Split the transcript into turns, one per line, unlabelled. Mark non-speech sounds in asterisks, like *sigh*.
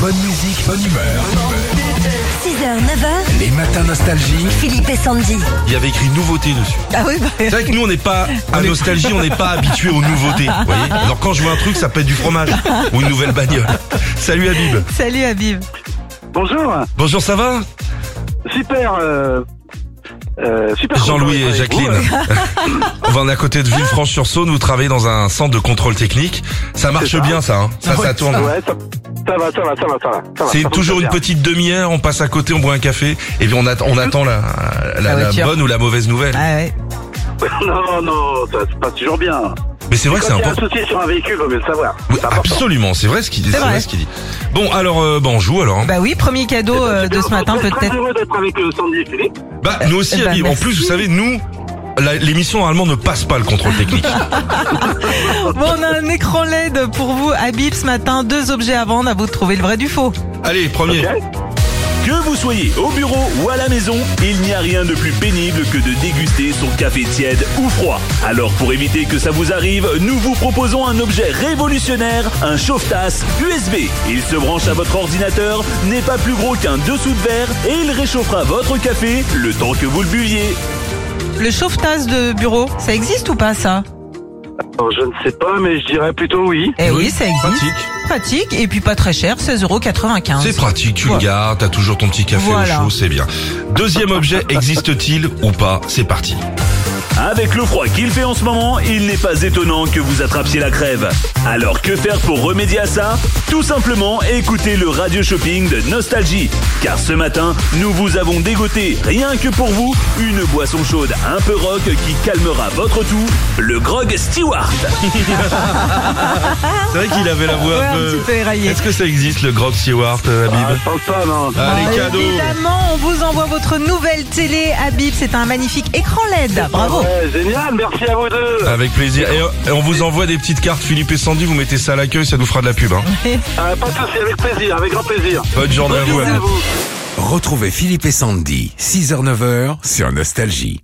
Bonne musique, bonne humeur.
6h, 9h,
Les matins nostalgie.
Philippe et Sandy.
Il y avait écrit nouveauté dessus.
Ah oui, bah, *laughs*
C'est vrai que nous, on n'est pas à nostalgie, on n'est pas habitué aux nouveautés. vous voyez Alors quand je vois un truc, ça peut être du fromage ou une nouvelle bagnole. Salut Habib.
salut Habib.
Bonjour,
Bonjour, ça va
super. Euh, euh, super
Jean-Louis
content
et
d'être avec vous.
Jacqueline. *laughs* On est à côté de Villefranche-sur-Saône, vous travaillez dans un centre de contrôle technique. Ça marche
ça.
bien, ça. hein ça, ça tourne.
Ouais, ça, ça va, ça va, ça va, ça va. ça va, ça
C'est
va
toujours
très
une
bien.
petite demi-heure, on passe à côté, on boit un café, et puis on, att- on attend la, la, la
La voiture.
bonne ou la mauvaise nouvelle.
Ah ouais.
Non, non, ça se passe toujours bien.
Mais c'est vrai que c'est
Quand il y a
important.
un souci sur un véhicule, vaut mieux le savoir.
Oui, ah,
C'est important.
absolument, c'est vrai ce qu'il dit. C'est
vrai.
vrai ce qu'il dit. Bon, alors, euh, bah, on joue alors. hein.
Bah oui, premier cadeau euh,
C'est
de
bien,
ce matin
je suis
*laughs*
Très
peut-être.
heureux d'être avec euh, Sandy et Philippe.
Bah, nous aussi,
Eh ben,
Habib. en
merci.
plus, vous savez, nous, la- l'émission normalement ne passe pas le contrôle
*laughs*
technique.
Bon, on a un écran LED pour vous, Habib, ce matin. Deux objets à vendre, à vous de trouver le vrai du faux.
Allez, premier.
Ok.
Que vous soyez au bureau ou à la maison, il n'y a rien de plus pénible que de déguster son café tiède ou froid. Alors pour éviter que ça vous arrive, nous vous proposons un objet révolutionnaire, un chauffe-tasse USB. Il se branche à votre ordinateur, n'est pas plus gros qu'un dessous de verre et il réchauffera votre café le temps que vous le buviez.
Le chauffe-tasse de bureau, ça existe ou pas ça
Alors, je ne sais pas, mais je dirais plutôt oui.
Eh oui, ça existe.
Pratique.
Pratique et puis pas très cher, 16,95€.
C'est pratique, tu le gardes, t'as toujours ton petit café
Voilà.
au chaud, c'est bien. Deuxième
*laughs*
objet, existe-t-il ou pas C'est parti.
Avec le froid qu'il fait en ce moment, il n'est pas étonnant que vous attrapiez la crève. Alors que faire pour remédier à ça Tout simplement écoutez le radio shopping de Nostalgie. Car ce matin, nous vous avons dégoté, rien que pour vous, une boisson chaude un peu rock qui calmera votre toux, le grog Stewart. *laughs*
C'est vrai qu'il avait la voix
Ouais,
un
un
peu...
petit peu éraillé.
Est-ce que ça existe, le Grog Stewart, euh,
Ah,
Habib
je pense pas, non.
Ah,
Allez, cadeau
Évidemment, on vous envoie votre nouvelle télé, Habib. C'est un magnifique écran LED. Bravo.
Ouais, génial, merci à vous deux.
Avec plaisir. Et euh, et on vous envoie des petites cartes Philippe et Sandy, vous mettez ça à l'accueil, ça nous fera de la pub. Hein.
Euh, pas de souci, avec plaisir, avec grand plaisir.
Bonne journée à vous.
Bisous
Habib.
à vous.
Retrouvez Philippe et Sandy, 6h-9h sur Nostalgie.